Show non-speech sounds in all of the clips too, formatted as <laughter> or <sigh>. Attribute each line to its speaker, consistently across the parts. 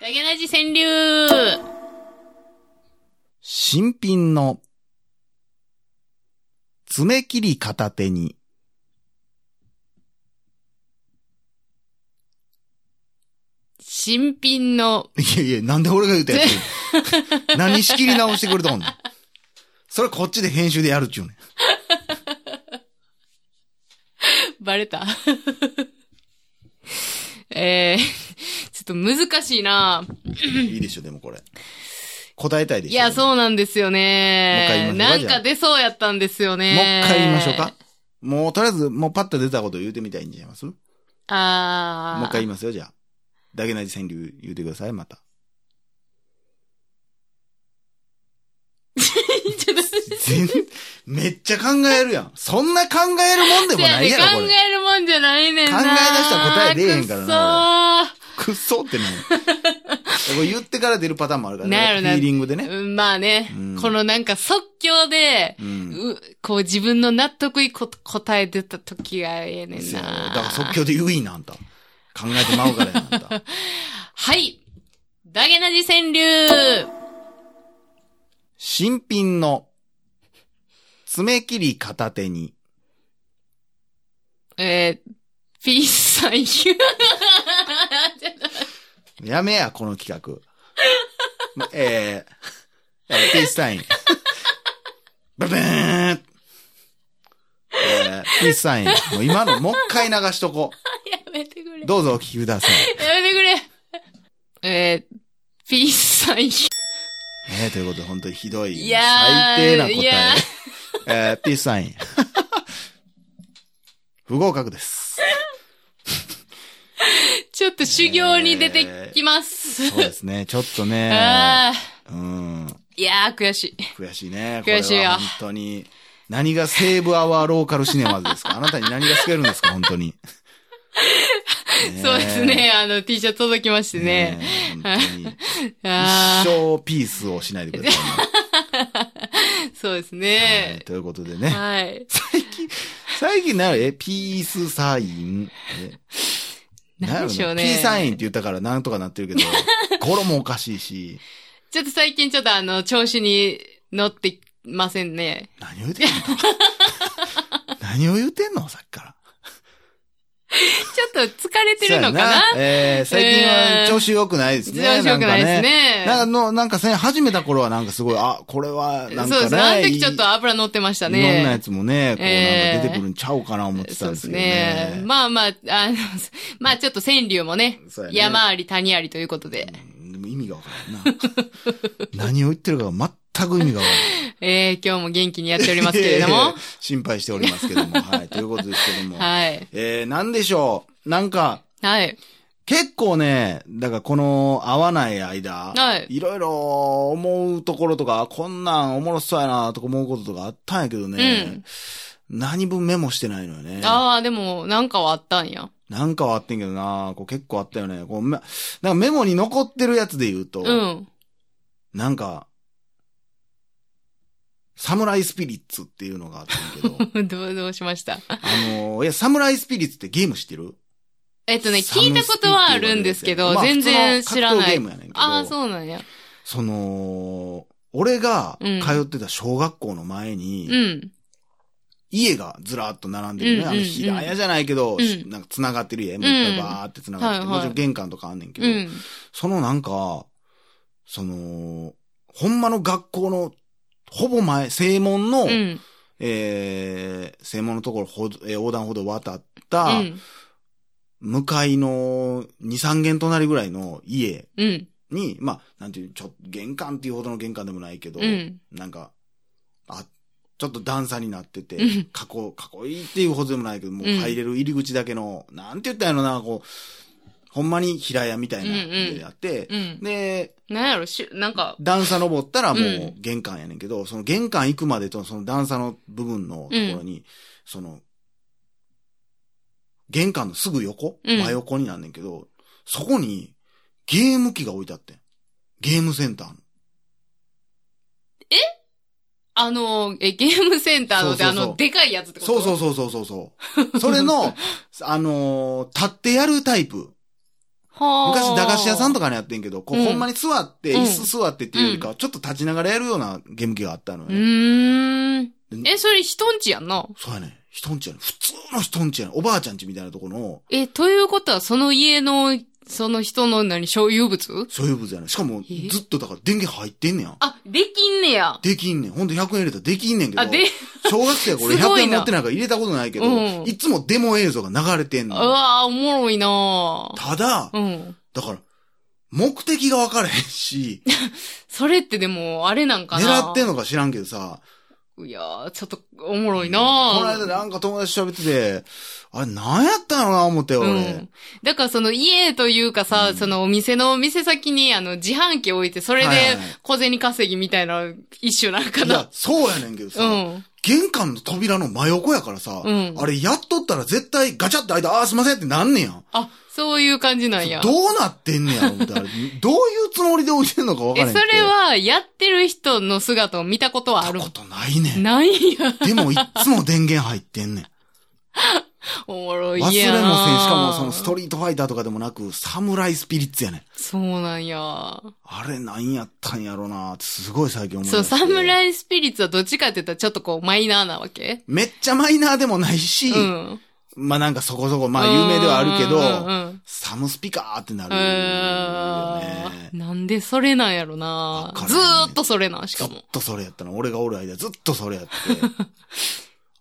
Speaker 1: ダゲナジ川柳
Speaker 2: 新品の爪切り片手に
Speaker 1: 新品の、
Speaker 2: いやいや、なんで俺が言うたや
Speaker 1: <laughs>
Speaker 2: つ何仕切り直してくれとんのそれこっちで編集でやるっちゅうねん。
Speaker 1: バレた <laughs> えー、ちょっと難しいない
Speaker 2: いでしょ、でもこれ。答えたいでしょ。
Speaker 1: いや、
Speaker 2: もう
Speaker 1: そうなんですよね。
Speaker 2: もう一回言いましょうか
Speaker 1: なんか出そうやったんですよ
Speaker 2: 一
Speaker 1: ね。
Speaker 2: 回言いましょうか。もうとりあえず、もうパッと出たこと言うてみたいんちゃいますもう
Speaker 1: あー。
Speaker 2: 一回言いますよ、じゃあ。だけなじ川柳言うてください、また。
Speaker 1: <laughs> ちょっと
Speaker 2: 全、めっちゃ考えるやん。そんな考えるもんでもないやろ、
Speaker 1: せ
Speaker 2: こ
Speaker 1: ね考
Speaker 2: れ。
Speaker 1: えるもんじゃないねんな。
Speaker 2: 考え出したら答え出えへんからな
Speaker 1: くっ
Speaker 2: くっそってなる。これ言ってから出るパターンもあるから
Speaker 1: な
Speaker 2: ね。
Speaker 1: る
Speaker 2: フ
Speaker 1: な
Speaker 2: ィーリングで
Speaker 1: そー
Speaker 2: ね。
Speaker 1: うんまあね、
Speaker 2: うん
Speaker 1: このなんか即興で、
Speaker 2: うん。
Speaker 1: うこう自分の納得いく答え出た時がええねん
Speaker 2: そうだ
Speaker 1: な。
Speaker 2: から即興で言ういな、あんた。考えてまうからやな、あんた。
Speaker 1: はい。ダゲナジ川柳
Speaker 2: 新品の爪切り片手に
Speaker 1: えー、ピースさん言う。 <laughs> ちょっと
Speaker 2: やめや、この企画。 <laughs> まえー、やべピースサイン。 <laughs> ブブーンえー、ピースサイン。もう今の、もう一回流しとこ
Speaker 1: やめてくれ。
Speaker 2: う。どうぞお聞きください。
Speaker 1: やめてくれ。えー、ピースさん言う。
Speaker 2: えー、ということで、本当にひどい。
Speaker 1: いやー
Speaker 2: 最低な答
Speaker 1: いや
Speaker 2: <laughs> え。えー、ピースサイン。不合格です。
Speaker 1: ちょっと修行に出てきます。
Speaker 2: そうですね、ちょっとね、
Speaker 1: ああ、
Speaker 2: うん、
Speaker 1: いやー、悔しい。
Speaker 2: 悔しいね。
Speaker 1: 悔しいよ
Speaker 2: これは本当に。何がセーブアワーローカルシネマズですかあなたに何がつけるんですか本当に。ね
Speaker 1: <laughs>
Speaker 2: え
Speaker 1: そうです。ね。あの、T シャツ届きましてね。
Speaker 2: え本当に。
Speaker 1: あ
Speaker 2: 一
Speaker 1: <laughs> あ、
Speaker 2: 生ピースをしないでくださ
Speaker 1: <laughs> そうです
Speaker 2: いね。はい
Speaker 1: ね。
Speaker 2: ということでね。
Speaker 1: はい。
Speaker 2: 最近、最近なるえ、ピースサイン。え
Speaker 1: なんでしょうね
Speaker 2: なるのピーサインって言ったからなんとかなって
Speaker 1: <laughs>
Speaker 2: るけど、語呂もおかしいし。
Speaker 1: ちょっと最近ちょっとあの、調子に乗ってませんね。
Speaker 2: 何を言ってんの <laughs> 何を言ってんのさっきから。
Speaker 1: ちょっと疲れてるのかな
Speaker 2: そうやえー、最近は調子良くないですね。
Speaker 1: 調子良くないですね。
Speaker 2: なんかね。なんかの、なんかね、始めた頃はなんかすごい、あ、これは、なん
Speaker 1: そう
Speaker 2: か
Speaker 1: ですね。あの
Speaker 2: ね、
Speaker 1: 時ちょっと油乗ってました
Speaker 2: いいろんなや
Speaker 1: ね。
Speaker 2: つもね、こう
Speaker 1: えー
Speaker 2: なんか出てくるんちゃうかな思って
Speaker 1: そう
Speaker 2: た
Speaker 1: んで
Speaker 2: ですすけどね
Speaker 1: ね。。まあまあ、あの、 <laughs> まあちょっと川柳もね
Speaker 2: そうや、ね
Speaker 1: 山あり谷ありということで。
Speaker 2: うんでも意味がわからんな。 <laughs> 何を言ってるかが全く意味がわからん。
Speaker 1: えー、今日も元気にやっておりますけれ
Speaker 2: <laughs>
Speaker 1: ども。。
Speaker 2: 心配しております
Speaker 1: <laughs>
Speaker 2: けども、はい、ということですけども。
Speaker 1: はい。
Speaker 2: えー、なんでしょう。なんか、
Speaker 1: はい。
Speaker 2: 結構ね、だからこの合わない間、
Speaker 1: はい
Speaker 2: ろいろ思うところとか、こんなんおもろそうやなとか思うこととかあったんやけどね、何分メモしてないのよね。
Speaker 1: ああ、でも、なんかはあったんや。
Speaker 2: なんかはあってんけどな、こう結構あったよね。こうめなんかメモに残ってるやつで言うと、
Speaker 1: うん。
Speaker 2: なんか、サムライスピリッツっていうのがあったん
Speaker 1: <laughs>
Speaker 2: やけど、
Speaker 1: どう、どうしました <laughs>
Speaker 2: あのーいや、サムライスピリッツってゲーム知ってる
Speaker 1: えっとね、
Speaker 2: サム
Speaker 1: 聞いたことはあるんですけど、
Speaker 2: スピって
Speaker 1: 全
Speaker 2: いうのがある
Speaker 1: 然
Speaker 2: んです
Speaker 1: 知
Speaker 2: よ
Speaker 1: ら
Speaker 2: ま
Speaker 1: な
Speaker 2: あ普通の格闘ゲ
Speaker 1: い
Speaker 2: ー。ムやねんけど
Speaker 1: ああ、そうなんや。
Speaker 2: その、俺が
Speaker 1: うん
Speaker 2: 通ってた小学校の前に、
Speaker 1: うん。
Speaker 2: 家がずらっと並んでるね。
Speaker 1: うん
Speaker 2: あ
Speaker 1: うん
Speaker 2: の、
Speaker 1: うん
Speaker 2: 平屋じゃないけど、
Speaker 1: うん
Speaker 2: しなんか繋がってる家もいっぱいバーって繋がってて、
Speaker 1: うん
Speaker 2: もちろん玄関とかあんねんけど、
Speaker 1: うん。
Speaker 2: そのなんか、その、ほんまの学校の、ほぼ前、正門の、
Speaker 1: うん。
Speaker 2: えー正門のところほど、えー横断歩道渡っ
Speaker 1: う
Speaker 2: た、
Speaker 1: ん。
Speaker 2: 向かいの2、3軒隣ぐらいの家
Speaker 1: うん。
Speaker 2: に、まあ、なんていう、ちょ、玄関っていうほどの玄関でもないけど、
Speaker 1: うん。
Speaker 2: なんか、あ、ちょっと段差になってて
Speaker 1: うん、
Speaker 2: 囲、囲いっていうほどでもないけど、もう
Speaker 1: うん
Speaker 2: 入れる入り口だけの、なんて言ったんやろな、こう、ほんまに平屋みたいな家であって、
Speaker 1: うん。
Speaker 2: で、
Speaker 1: なんやろ、し、なんか、
Speaker 2: 段差登ったらも
Speaker 1: う
Speaker 2: う玄関やねんけど、その玄関行くまでと、その段差の部分のところに、その、玄関のすぐ横、
Speaker 1: うん
Speaker 2: 真横になんねんけど、そこにゲーム機が置いてあってん。ゲームセンターの。
Speaker 1: あの、え、ゲームセンターので、
Speaker 2: そ
Speaker 1: あ
Speaker 2: うそうそう
Speaker 1: の、でかいやつってこと
Speaker 2: そうそう
Speaker 1: う。 <laughs>
Speaker 2: そうそうそうそう。それの、あのー立ってやるタイプ。
Speaker 1: はあ。
Speaker 2: 昔駄菓子屋さんと
Speaker 1: か。
Speaker 2: かにあってんけど、こう、
Speaker 1: うん
Speaker 2: ほんまに座って、
Speaker 1: うん
Speaker 2: 椅子座ってっていうよりかは、ちょっと立ちながらやるようなゲーム機があったのよ
Speaker 1: う
Speaker 2: ね。
Speaker 1: ーん。
Speaker 2: で
Speaker 1: え、それ人んちやんな。
Speaker 2: そうやね。人んちやね。普通の人んちやね。おばあちゃんちみたいなとこの、
Speaker 1: え、ということは、その家の、その人の何、所有物
Speaker 2: 所有物やね。しかも、
Speaker 1: え
Speaker 2: ずっとだから電源入ってんねや。
Speaker 1: あ、できんねや。
Speaker 2: できんねん。ほんと100円入れたらできんねんけど。
Speaker 1: あ、
Speaker 2: <laughs>
Speaker 1: で、
Speaker 2: 小学生はこれ
Speaker 1: すご
Speaker 2: 100
Speaker 1: い
Speaker 2: 円
Speaker 1: な
Speaker 2: 持ってないから入れたことないけど、
Speaker 1: うん
Speaker 2: いつもデモ映像が流れてん
Speaker 1: う
Speaker 2: の。
Speaker 1: わーおもろいなぁ
Speaker 2: ただ、
Speaker 1: うん。
Speaker 2: だから、目的が分からへんし、
Speaker 1: それってでも、あれなんかな
Speaker 2: 狙ってんのか知らんけどさ、
Speaker 1: いやー、ちょっと、おもろいな
Speaker 2: この間なんか友達と喋ってて、あれ何やったんやろな思って、俺。
Speaker 1: うん。だからその家というかさ、
Speaker 2: うん
Speaker 1: そのお店の店先にあの自販機置いて、それで
Speaker 2: はいはいはい
Speaker 1: 小銭稼ぎみたいな一種なんか
Speaker 2: いや
Speaker 1: な。、
Speaker 2: そうやねんけどさ、
Speaker 1: うん。
Speaker 2: 玄関の扉の真横やからさ、
Speaker 1: うん
Speaker 2: あれやっとったら絶対ガチャって開いた、ああーすいませんってなんねやん。
Speaker 1: あ、そういう感じなんや。
Speaker 2: どうなってんねやろ思ってあれどういうつもりで置いてんのか分から
Speaker 1: え、
Speaker 2: へん
Speaker 1: それはやってる人の姿を見たことはあ
Speaker 2: あ
Speaker 1: る
Speaker 2: ることないねん。
Speaker 1: ないや。
Speaker 2: でもいっつも電源入ってんねん。
Speaker 1: おも <laughs> ろい
Speaker 2: 忘れもせん。し
Speaker 1: やな。
Speaker 2: かもそのストリートファイターとかでもなく、サムライスピリッツやねん。
Speaker 1: そうなんや。
Speaker 2: あれ何やったんやろなってすごい最近思い出し
Speaker 1: そ
Speaker 2: て
Speaker 1: う、サムライスピリッツはどっちかって言ったらちょっとこうマイナーなわけ
Speaker 2: めっちゃマイナーでもないし、
Speaker 1: うん。
Speaker 2: まあなんかそこそこ、まあ有名ではあるけど、
Speaker 1: うんうんうん
Speaker 2: サムスピカーってなるよね。
Speaker 1: うんなんでそれなんやろ
Speaker 2: わ
Speaker 1: な
Speaker 2: からんね
Speaker 1: ずーっとそれなん、し
Speaker 2: ず
Speaker 1: か
Speaker 2: っ
Speaker 1: も。
Speaker 2: とそれやったの。俺がおる間ずっとそ
Speaker 1: <laughs>
Speaker 2: れやって。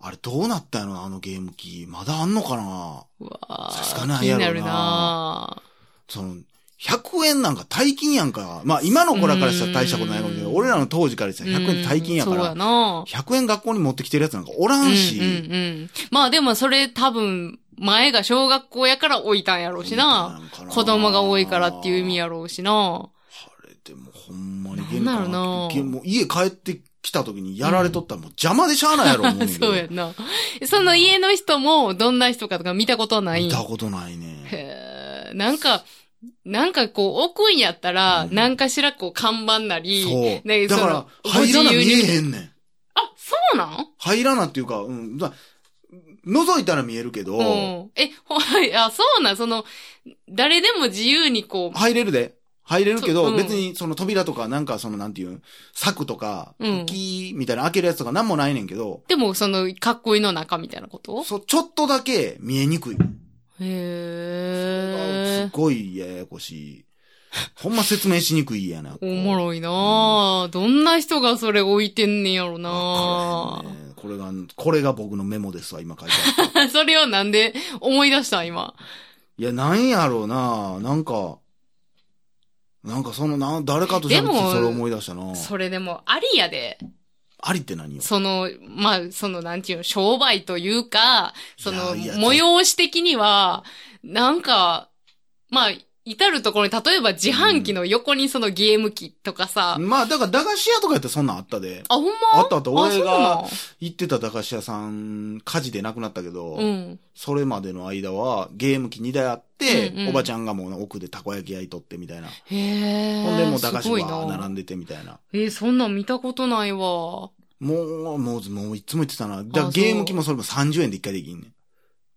Speaker 2: あれどうなったんやろなあのゲーム機。まだあんのかな
Speaker 1: うわ
Speaker 2: さす
Speaker 1: ー
Speaker 2: がなんやろな
Speaker 1: 気になるな
Speaker 2: その、100円なんか大金やんか。まあ今の子らからしたら大したことないかもしれな
Speaker 1: う
Speaker 2: い。
Speaker 1: ん
Speaker 2: 俺らの当時からしたら100円って大金やか
Speaker 1: うんそうや
Speaker 2: ら。
Speaker 1: な
Speaker 2: 100円学校に持ってきてるやつなんかおらんし。
Speaker 1: うんうんうん。まあでもそれ多分、前が小学校やから置いたんやろうしな。
Speaker 2: んかな
Speaker 1: 子供が多いからっていう意味やろうしな。
Speaker 2: あれでもほんまに
Speaker 1: なんだろうな
Speaker 2: 玄関もう家帰ってきた時にやられとったらもう邪魔でしゃあないやろ思うねんけ
Speaker 1: <laughs>
Speaker 2: ど
Speaker 1: そうやんな。その家の人もどんな人かとか見たことない
Speaker 2: 見たことない
Speaker 1: <laughs>
Speaker 2: ね。
Speaker 1: へーなんか、なんかこう置くんやったら、
Speaker 2: うん
Speaker 1: なんかしらこう看板なり。
Speaker 2: そう。
Speaker 1: ね
Speaker 2: だから、
Speaker 1: その
Speaker 2: 入らな
Speaker 1: ご
Speaker 2: 見
Speaker 1: 自由に
Speaker 2: えへんねん。
Speaker 1: あ、そうなん
Speaker 2: 入らなっていうか、うん。だ覗いたら見えるけど、
Speaker 1: うん。え、ほ、はい、あ、そうなん、その、誰でも自由にこう、
Speaker 2: 入れるで。入れるけ
Speaker 1: そ
Speaker 2: ど、
Speaker 1: うん
Speaker 2: 別にその扉とかなんかそのなんていうん、柵とか、
Speaker 1: うん
Speaker 2: キーみたいな開けるやつとかなんもないねんけど、
Speaker 1: でもその、囲いの中みたいなこと
Speaker 2: そう、ちょっとだけ見えにくい。
Speaker 1: へ
Speaker 2: すごいややこしい。ほんま説明しにくいやな。
Speaker 1: え。おもろいなぁ、どんな人がそれ置いてんねんやろ
Speaker 2: わ
Speaker 1: な
Speaker 2: からへ
Speaker 1: ぁ、
Speaker 2: んねこれが、これが僕のメモですわ、今書いてある。
Speaker 1: <laughs> それをなんで思い出したん今。
Speaker 2: いや、なんやろうな。なんか、なんかその、な誰かと喋
Speaker 1: で
Speaker 2: って
Speaker 1: も
Speaker 2: それ思い出したな。
Speaker 1: それでも、ありやで。
Speaker 2: ありって何よ。
Speaker 1: その、まあ、その、なんていうの、商売というか、その、
Speaker 2: いやいや
Speaker 1: 催し的には、なんか、まあ、至るところに、例えば自販機の横にそのゲーム機とかさ、
Speaker 2: まあ、だから駄菓子屋とかやったらそんなんあったで。
Speaker 1: あ、ほんま
Speaker 2: あったあった。俺が
Speaker 1: あ、
Speaker 2: 行ってた駄菓子屋さん、火事で亡くなったけど、
Speaker 1: そうなんうん。
Speaker 2: それまでの間はゲーム機2台あって、
Speaker 1: うんうん
Speaker 2: おばちゃんがもう奥でたこ焼き焼いとってみたいな。
Speaker 1: へえ。
Speaker 2: ほんでもう駄菓
Speaker 1: す
Speaker 2: 子
Speaker 1: ごい
Speaker 2: が
Speaker 1: な
Speaker 2: 並んでてみたいな。
Speaker 1: えーそんなん見たことないわ。
Speaker 2: もう、もう、もういつも言ってたな。だから
Speaker 1: あそう
Speaker 2: ゲーム機もそれも30円で一回できんね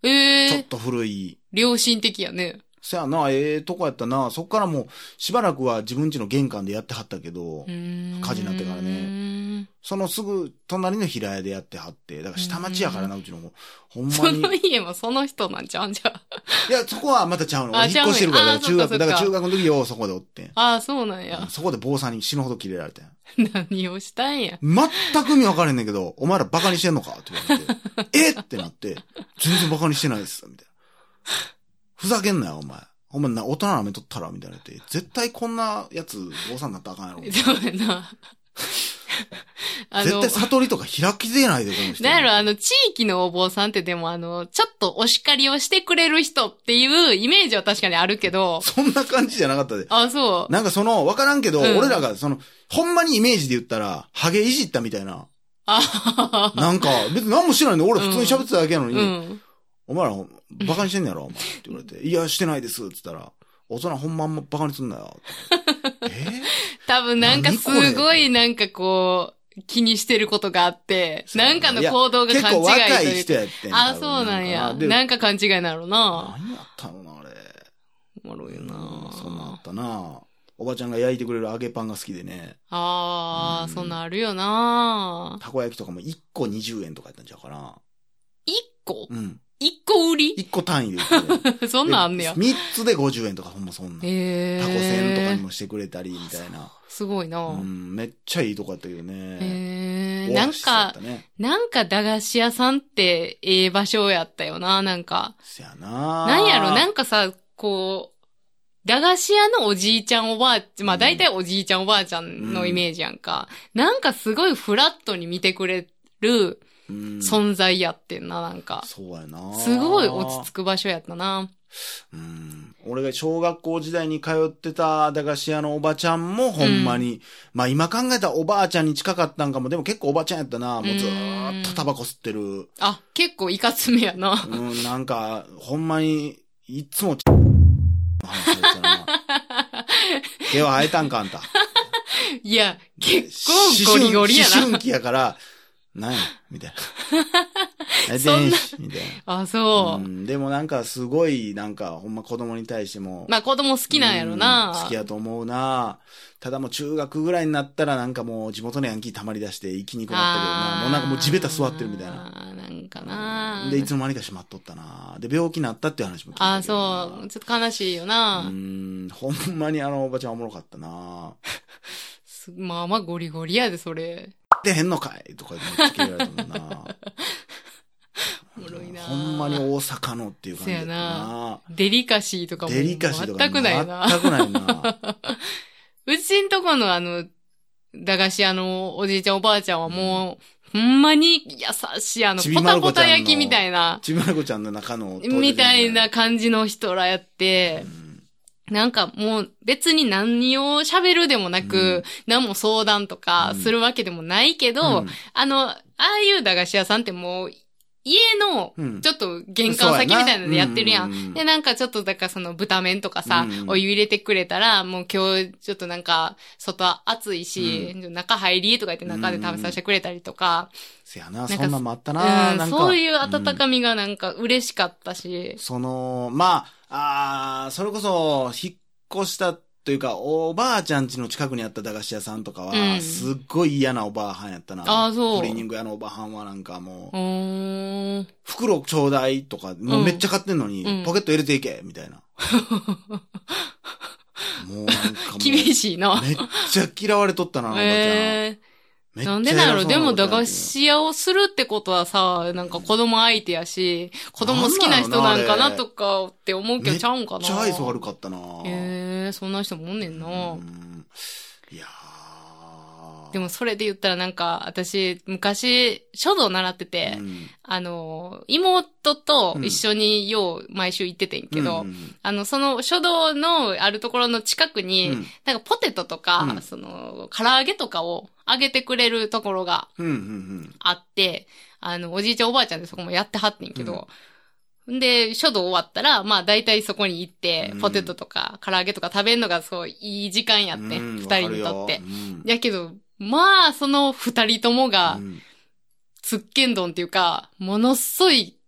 Speaker 2: ん。
Speaker 1: え
Speaker 2: ちょっ
Speaker 1: ー、
Speaker 2: と古い。
Speaker 1: 良心的やね。
Speaker 2: そやな、ええとこやったな。そっからもう、しばらくは自分家の玄関でやってはったけど、
Speaker 1: うーん
Speaker 2: 火事になってから
Speaker 1: ね。
Speaker 2: そのすぐ隣の平屋でやってはって、だから下町やからな、うちのも。ほん
Speaker 1: そ
Speaker 2: まに。
Speaker 1: の家もその人なんちゃうんじゃあ。
Speaker 2: いや、そこはまたちゃうの。
Speaker 1: あ
Speaker 2: 俺引っ越してるから、だから
Speaker 1: ちゃ
Speaker 2: 中
Speaker 1: うねんあーそっかそ
Speaker 2: 学、
Speaker 1: っ
Speaker 2: だ
Speaker 1: か
Speaker 2: から中学の時ようそこでおってん。
Speaker 1: ああ、そうなんや。
Speaker 2: そこで坊さんに死ぬほどキレられてん。
Speaker 1: 何をしたんや。
Speaker 2: 全く意味わからへんねんけど、お前らバカにしてんのかって言われ
Speaker 1: <laughs>
Speaker 2: て、えってなって、全然バカにしてないです、みたいな。ふざけんなよ、お前。お前な、大人なめとったら、みたいなって、絶対こんなやつ、坊さんになったらあかんやろ。
Speaker 1: そうや
Speaker 2: <laughs>
Speaker 1: な。あ
Speaker 2: 絶
Speaker 1: の
Speaker 2: 対、悟りとか開き出ないで、この人。
Speaker 1: なんやろ、あの、地域のお坊さんってでもあの、ちょっとお叱りをしてくれる人っていうイメージは確かにあるけど、
Speaker 2: そんな感じじゃなかったで。
Speaker 1: あ、そう。
Speaker 2: なんかその、わからんけど、
Speaker 1: うん
Speaker 2: 俺らが、その、ほんまにイメージで言ったら、ハゲいじったみたいな。
Speaker 1: あ
Speaker 2: なんか、別に何もしてないの俺普通に喋ってただけやの
Speaker 1: う
Speaker 2: に、
Speaker 1: ん。
Speaker 2: お前ら、バカにしてんねやろ、お前。って言われて、いや、してないです、って言ったら、大人ほんまあんま
Speaker 1: <laughs>
Speaker 2: バカにすんなよ。ってえ
Speaker 1: 多分なんかすごいなんかこう、気にしてることがあって、
Speaker 2: そう
Speaker 1: な
Speaker 2: や
Speaker 1: ん
Speaker 2: な
Speaker 1: かの行動が
Speaker 2: 結
Speaker 1: 勘違
Speaker 2: 構
Speaker 1: いという
Speaker 2: 若い
Speaker 1: か
Speaker 2: 人やってん
Speaker 1: あ、そうなんや。
Speaker 2: で
Speaker 1: なんか勘違いなのな。
Speaker 2: 何やったのな、あれ。
Speaker 1: おもろいよ
Speaker 2: う。
Speaker 1: なん
Speaker 2: そんなんあったな。おばちゃんが焼いてくれる揚げパンが好きでね、
Speaker 1: あ
Speaker 2: う
Speaker 1: ー、
Speaker 2: ん
Speaker 1: そんなんあるよな。
Speaker 2: たこ焼きとかも1個20円とかやったんちゃうかな。
Speaker 1: 一個
Speaker 2: うん。
Speaker 1: 一個売り
Speaker 2: 1個単位で売って
Speaker 1: <laughs>
Speaker 2: て。
Speaker 1: そんなんあんねや。
Speaker 2: 3つで50円とかほんまそんなん。
Speaker 1: えー。
Speaker 2: タコせんとかにもしてくれたり、みたいな。
Speaker 1: すごいな。
Speaker 2: うん、めっちゃいいとこやったけどね。
Speaker 1: えー、
Speaker 2: オ
Speaker 1: な
Speaker 2: ア
Speaker 1: ん
Speaker 2: シスやっ
Speaker 1: か
Speaker 2: た、ね。
Speaker 1: なんか駄菓子屋さんってええ場所やったよな、なんか。
Speaker 2: せやな
Speaker 1: なんやろ、なんんかさ、こう、駄菓子屋のおじいちゃんおばあちゃん、ま
Speaker 2: う
Speaker 1: あ
Speaker 2: ん
Speaker 1: 大体おじいちゃんおばあちゃんのイメージやんか。なんかすごいフラットに見てくれる
Speaker 2: うん、
Speaker 1: 存在やってんな、なんか。
Speaker 2: そうやな
Speaker 1: すごい落ち着く場所やったな。
Speaker 2: うん。俺が小学校時代に通ってた駄菓子屋のおばちゃんもほんまに、まあ今考えたらおばあちゃんに近かったんかも、でも結構おばちゃんやったな。もうずーっとタバコ吸ってる。
Speaker 1: あ、結構いかつめやな。
Speaker 2: うん、なんか、ほんまに、い
Speaker 1: <laughs>
Speaker 2: つも、の話してたな。手は生えたんかあんた。
Speaker 1: いや、結構ゴリゴリや
Speaker 2: 思春思
Speaker 1: な。
Speaker 2: 春期やから、なんや、みたい
Speaker 1: <laughs>
Speaker 2: な。え、
Speaker 1: そんな
Speaker 2: 電子、みたい
Speaker 1: あ、
Speaker 2: な。
Speaker 1: そうう。
Speaker 2: ん、でもなんかすごい、なんかほんま子供に対しても。
Speaker 1: まあ子供好きなんやろな。
Speaker 2: うん好きやと思うな。ただもう中学ぐらいになったらなんかもう地元のヤンキー溜まり出して行きにくくなったけどな。もうなんかもう地べた座ってるみたいな。
Speaker 1: な。なんかな。
Speaker 2: で、いつの間にかしまっとったな。で、病気になったっていう話も聞いた
Speaker 1: あ、
Speaker 2: けどな。
Speaker 1: そう。ちょっと悲しいよな。
Speaker 2: うん、ほんまにあのおばちゃんおもろかったな。
Speaker 1: すまあまあゴリゴリやで、それ。
Speaker 2: でへんのかいとかめっちゃ嫌いだもんな。
Speaker 1: おもろいな
Speaker 2: ほんまに大阪のっていう感じだったな。
Speaker 1: デリカシーとかも。
Speaker 2: デリカシーとか
Speaker 1: 全くないな。
Speaker 2: 全くないな。
Speaker 1: うちんとこのあの、駄菓子屋のおじいちゃんおばあちゃんはもう、ほんまに優しい、あの、
Speaker 2: ち
Speaker 1: ポ
Speaker 2: びま
Speaker 1: タ
Speaker 2: る子
Speaker 1: ポ
Speaker 2: ちゃんの
Speaker 1: タ焼きみたいな、
Speaker 2: ちびまる子ちゃんの中の。
Speaker 1: みたいな感じの人らやっ
Speaker 2: う
Speaker 1: て、
Speaker 2: ん。
Speaker 1: なんかもう別に何を喋るでもな
Speaker 2: う
Speaker 1: く
Speaker 2: ん、
Speaker 1: 何も相談とかするわけでもないけど、
Speaker 2: うん
Speaker 1: あの、ああいう駄菓子屋さんってもう、家の、
Speaker 2: うん
Speaker 1: ちょっと玄関先みたいなのでやってるやん。
Speaker 2: そうやなうんうんうん
Speaker 1: で、なんかちょっと、だからその豚麺とかさ、
Speaker 2: うんうん
Speaker 1: お湯入れてくれたら、もう今日ちょっとなんか、外暑いし、中入りとか言って中で食べさせてくれたりとか、
Speaker 2: せやな、
Speaker 1: か
Speaker 2: そんなんもあった
Speaker 1: う
Speaker 2: な。
Speaker 1: ん
Speaker 2: なんか
Speaker 1: そういう温かみがなんか嬉しかったし、
Speaker 2: その、まあ、あーそれこそ、引っ越したというか、おばあちゃん家の近くにあった駄菓子屋さんとかは、
Speaker 1: うん
Speaker 2: すっごい嫌なおばあはんやったな。
Speaker 1: あーそう
Speaker 2: クリーニング屋のおばあはんはなんかも
Speaker 1: う
Speaker 2: う、
Speaker 1: ーん。
Speaker 2: 袋ちょうだいとか、もうめっちゃ買ってんのに、
Speaker 1: うん
Speaker 2: ポケット入れていけみた
Speaker 1: <laughs>
Speaker 2: いな。もうなんかもう、
Speaker 1: 厳しいな。
Speaker 2: めっちゃ嫌われとったな、あのおばちゃん。
Speaker 1: え
Speaker 2: め
Speaker 1: ー、
Speaker 2: っちゃ
Speaker 1: なんでなんやろでも駄
Speaker 2: だ
Speaker 1: 菓
Speaker 2: が
Speaker 1: 子屋をするってことはさ、なんか子供相手やし、子供好きな人なんかなとかって思うけどちゃうんかな。
Speaker 2: めっちゃ愛想悪かったな。
Speaker 1: へえー、そんな人もおんねんな。
Speaker 2: うんいやー
Speaker 1: でもそれで言ったらなんか、私、昔、書道習ってて、
Speaker 2: うん
Speaker 1: あの、妹と一緒によう毎週行っててんけど、
Speaker 2: うんうん
Speaker 1: あの、その書道のあるところの近くに、
Speaker 2: うん
Speaker 1: なんかポテトとか、
Speaker 2: うん
Speaker 1: その、唐揚げとかをあげてくれるところが
Speaker 2: うんうん
Speaker 1: あって、あの、おじいちゃんおばあちゃんでそこもやってはってんけど、ん、で、書道終わったら、まあ大体そこに行って
Speaker 2: うん、
Speaker 1: ポテトとか唐揚げとか食べるのがそういい時間やってん、二、
Speaker 2: うん
Speaker 1: 人にとって。。
Speaker 2: わ
Speaker 1: やけど、まあ、その二人とも
Speaker 2: か
Speaker 1: が
Speaker 2: るよう、ん
Speaker 1: つっけんどんっていうか、ものすごい、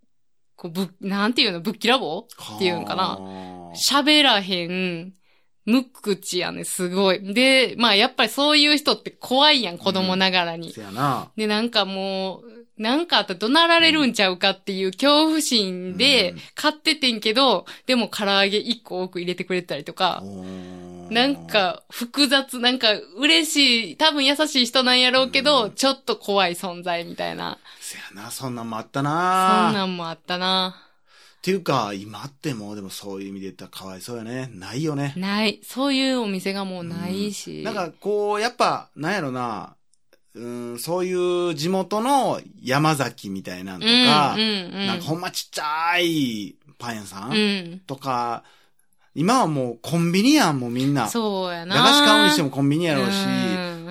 Speaker 1: こう、ぶ、なんていうの、ぶっきらぼうっていうんかな。
Speaker 2: はー
Speaker 1: 喋らへん、無口やね、すごい。で、まあ、やっぱりそういう人って怖いやん、子供ながらに。
Speaker 2: せやな。
Speaker 1: で、なんかもう、なんかあったら怒鳴られるんちゃうかっていう恐怖心で
Speaker 2: うん
Speaker 1: 買っててんけど、でも唐揚げ一個多く入れてくれたりとか、
Speaker 2: おー
Speaker 1: なん、か複雑、なんか嬉しい、多分優しい人なんやろうけど、
Speaker 2: うん
Speaker 1: ちょっと怖い存在みたいな。
Speaker 2: せやな、そんなんもあった
Speaker 1: そんな
Speaker 2: な。
Speaker 1: んもあったな。
Speaker 2: っていうか、今ってもうでもそういう意味で言ったらかわいそうよね。ないよね。
Speaker 1: ない。そういうお店がもうないし。
Speaker 2: なんかこう、やっぱ、なんやろな。うん、そういう地元の山崎みたいなん
Speaker 1: う
Speaker 2: と
Speaker 1: ん、
Speaker 2: か
Speaker 1: う、ん、うん。
Speaker 2: なんかほんまちっちゃいパン屋さ
Speaker 1: うんん。
Speaker 2: とか、今はもうコンビニやん、もうみんな。
Speaker 1: そうやな。
Speaker 2: 駄菓子買うにして
Speaker 1: も
Speaker 2: もコンビニ
Speaker 1: や
Speaker 2: やろう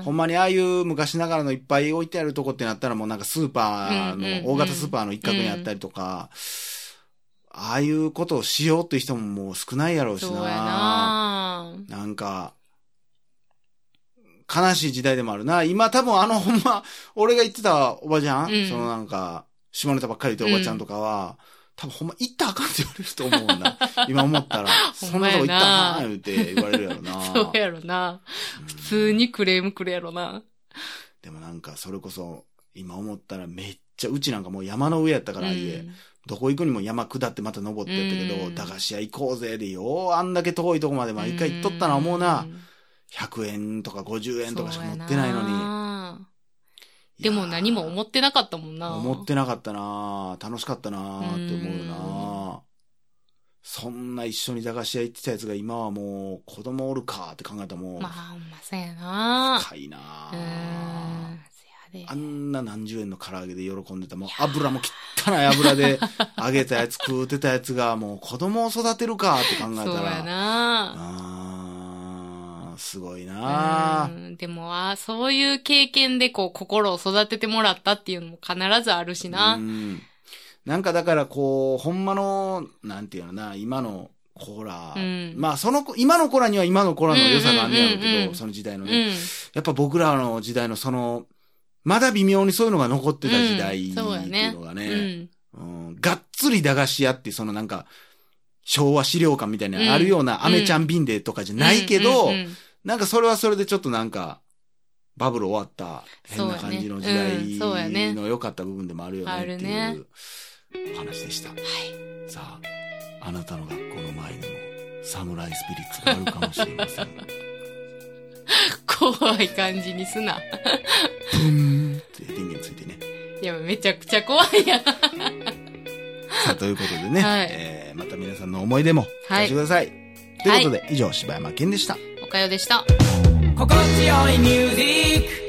Speaker 2: し、ほんまにああいう昔ながらのいっぱい置いてあるとこってなったらもうなんかスーパー
Speaker 1: うんうんうん
Speaker 2: の、大型スーパーの一角にあったりとか、ああいうことをしようっていう人ももう少ないやろうし
Speaker 1: そうや
Speaker 2: な。
Speaker 1: な。
Speaker 2: なんか、悲しい時代でもあるな。今多分あのほんま、俺が言ってたおばちゃん、
Speaker 1: うん
Speaker 2: そのなんか、下ネタばっかり言っておばちゃんとかは、多分ほんま行ったらあかんって言われると思うも
Speaker 1: <laughs>
Speaker 2: んな。今思ったら、そ
Speaker 1: ほん
Speaker 2: んな
Speaker 1: ま
Speaker 2: とこ
Speaker 1: やな
Speaker 2: 行ったらあかん言うて言われるやろ
Speaker 1: <laughs>
Speaker 2: な。
Speaker 1: そうやろな。普通にクレームくれやろな。
Speaker 2: でもなんかそれこそ、今思ったらめっちゃ、うちなんかもう山の上やったから家、
Speaker 1: うん
Speaker 2: どこ行くにも山下ってまた登ってやったけ
Speaker 1: う
Speaker 2: ど、
Speaker 1: ん
Speaker 2: 駄菓子屋行こうぜでよう、あんだけ遠いとこまで毎回行っとったな思うな。。100円とか50円とかしか持ってないの
Speaker 1: そうや
Speaker 2: に。
Speaker 1: なでも何も思
Speaker 2: っ
Speaker 1: ってなかったもんな。
Speaker 2: 思ってなかったな楽しかったなって思うよ
Speaker 1: う
Speaker 2: なそんな一緒に駄菓子屋行ってたやつが今はもう子供おるかって考えたらもう
Speaker 1: まあ、、ほんまそうやな。
Speaker 2: 深いう
Speaker 1: ーん
Speaker 2: な。
Speaker 1: せやで。
Speaker 2: あんな何十円の唐揚げで喜んでた、もう油も汚い
Speaker 1: <laughs>
Speaker 2: 油で揚げたやつ食うてたやつがもう子供を育てるかって考えたら。
Speaker 1: そうやな。
Speaker 2: あーすごいうな
Speaker 1: ーんでも、あーそういう経験でこう、心を育ててもらったっていうのも必ずあるし
Speaker 2: う
Speaker 1: な。
Speaker 2: んなんかだからこう、ほんまの、なんていうのな、今のコーラ、
Speaker 1: うん
Speaker 2: まあその子、今のコーラには今のコーラの良さがあんねやろうけど、
Speaker 1: うんうんうんうん
Speaker 2: その時代の
Speaker 1: うん。
Speaker 2: ね、やっぱ僕らの時代のその、まだ微妙にそういうのが残ってた時代
Speaker 1: う
Speaker 2: っ
Speaker 1: ん
Speaker 2: て
Speaker 1: そうやね
Speaker 2: いうのが
Speaker 1: う
Speaker 2: ね、
Speaker 1: ん。
Speaker 2: うんがっつり駄菓子屋って、そのなんか、昭和資料館みたいなのあるような、
Speaker 1: うん
Speaker 2: アメちゃん瓶でとかじゃないけど、
Speaker 1: うんうんうん
Speaker 2: なんかそれはそれでちょっとなんか、バブル終わった変な感じの時
Speaker 1: そうやねう
Speaker 2: 代
Speaker 1: んそう
Speaker 2: の良かった部分でもあるよねって
Speaker 1: あ
Speaker 2: い
Speaker 1: る
Speaker 2: うお話でした。さあ、あなたの学校の前にも、サムライスピリッツがあるかもしれません。
Speaker 1: <laughs> 怖い感じにすな。
Speaker 2: ブーンって電源ついてね。
Speaker 1: いや、めちゃくちゃ怖いやん。
Speaker 2: さあ、ということでね、
Speaker 1: はい
Speaker 2: えーまた皆さんの思い出も聞かせてください。ということで、以上、柴山健でした。
Speaker 1: おかよでした。
Speaker 3: 心地よいミュージック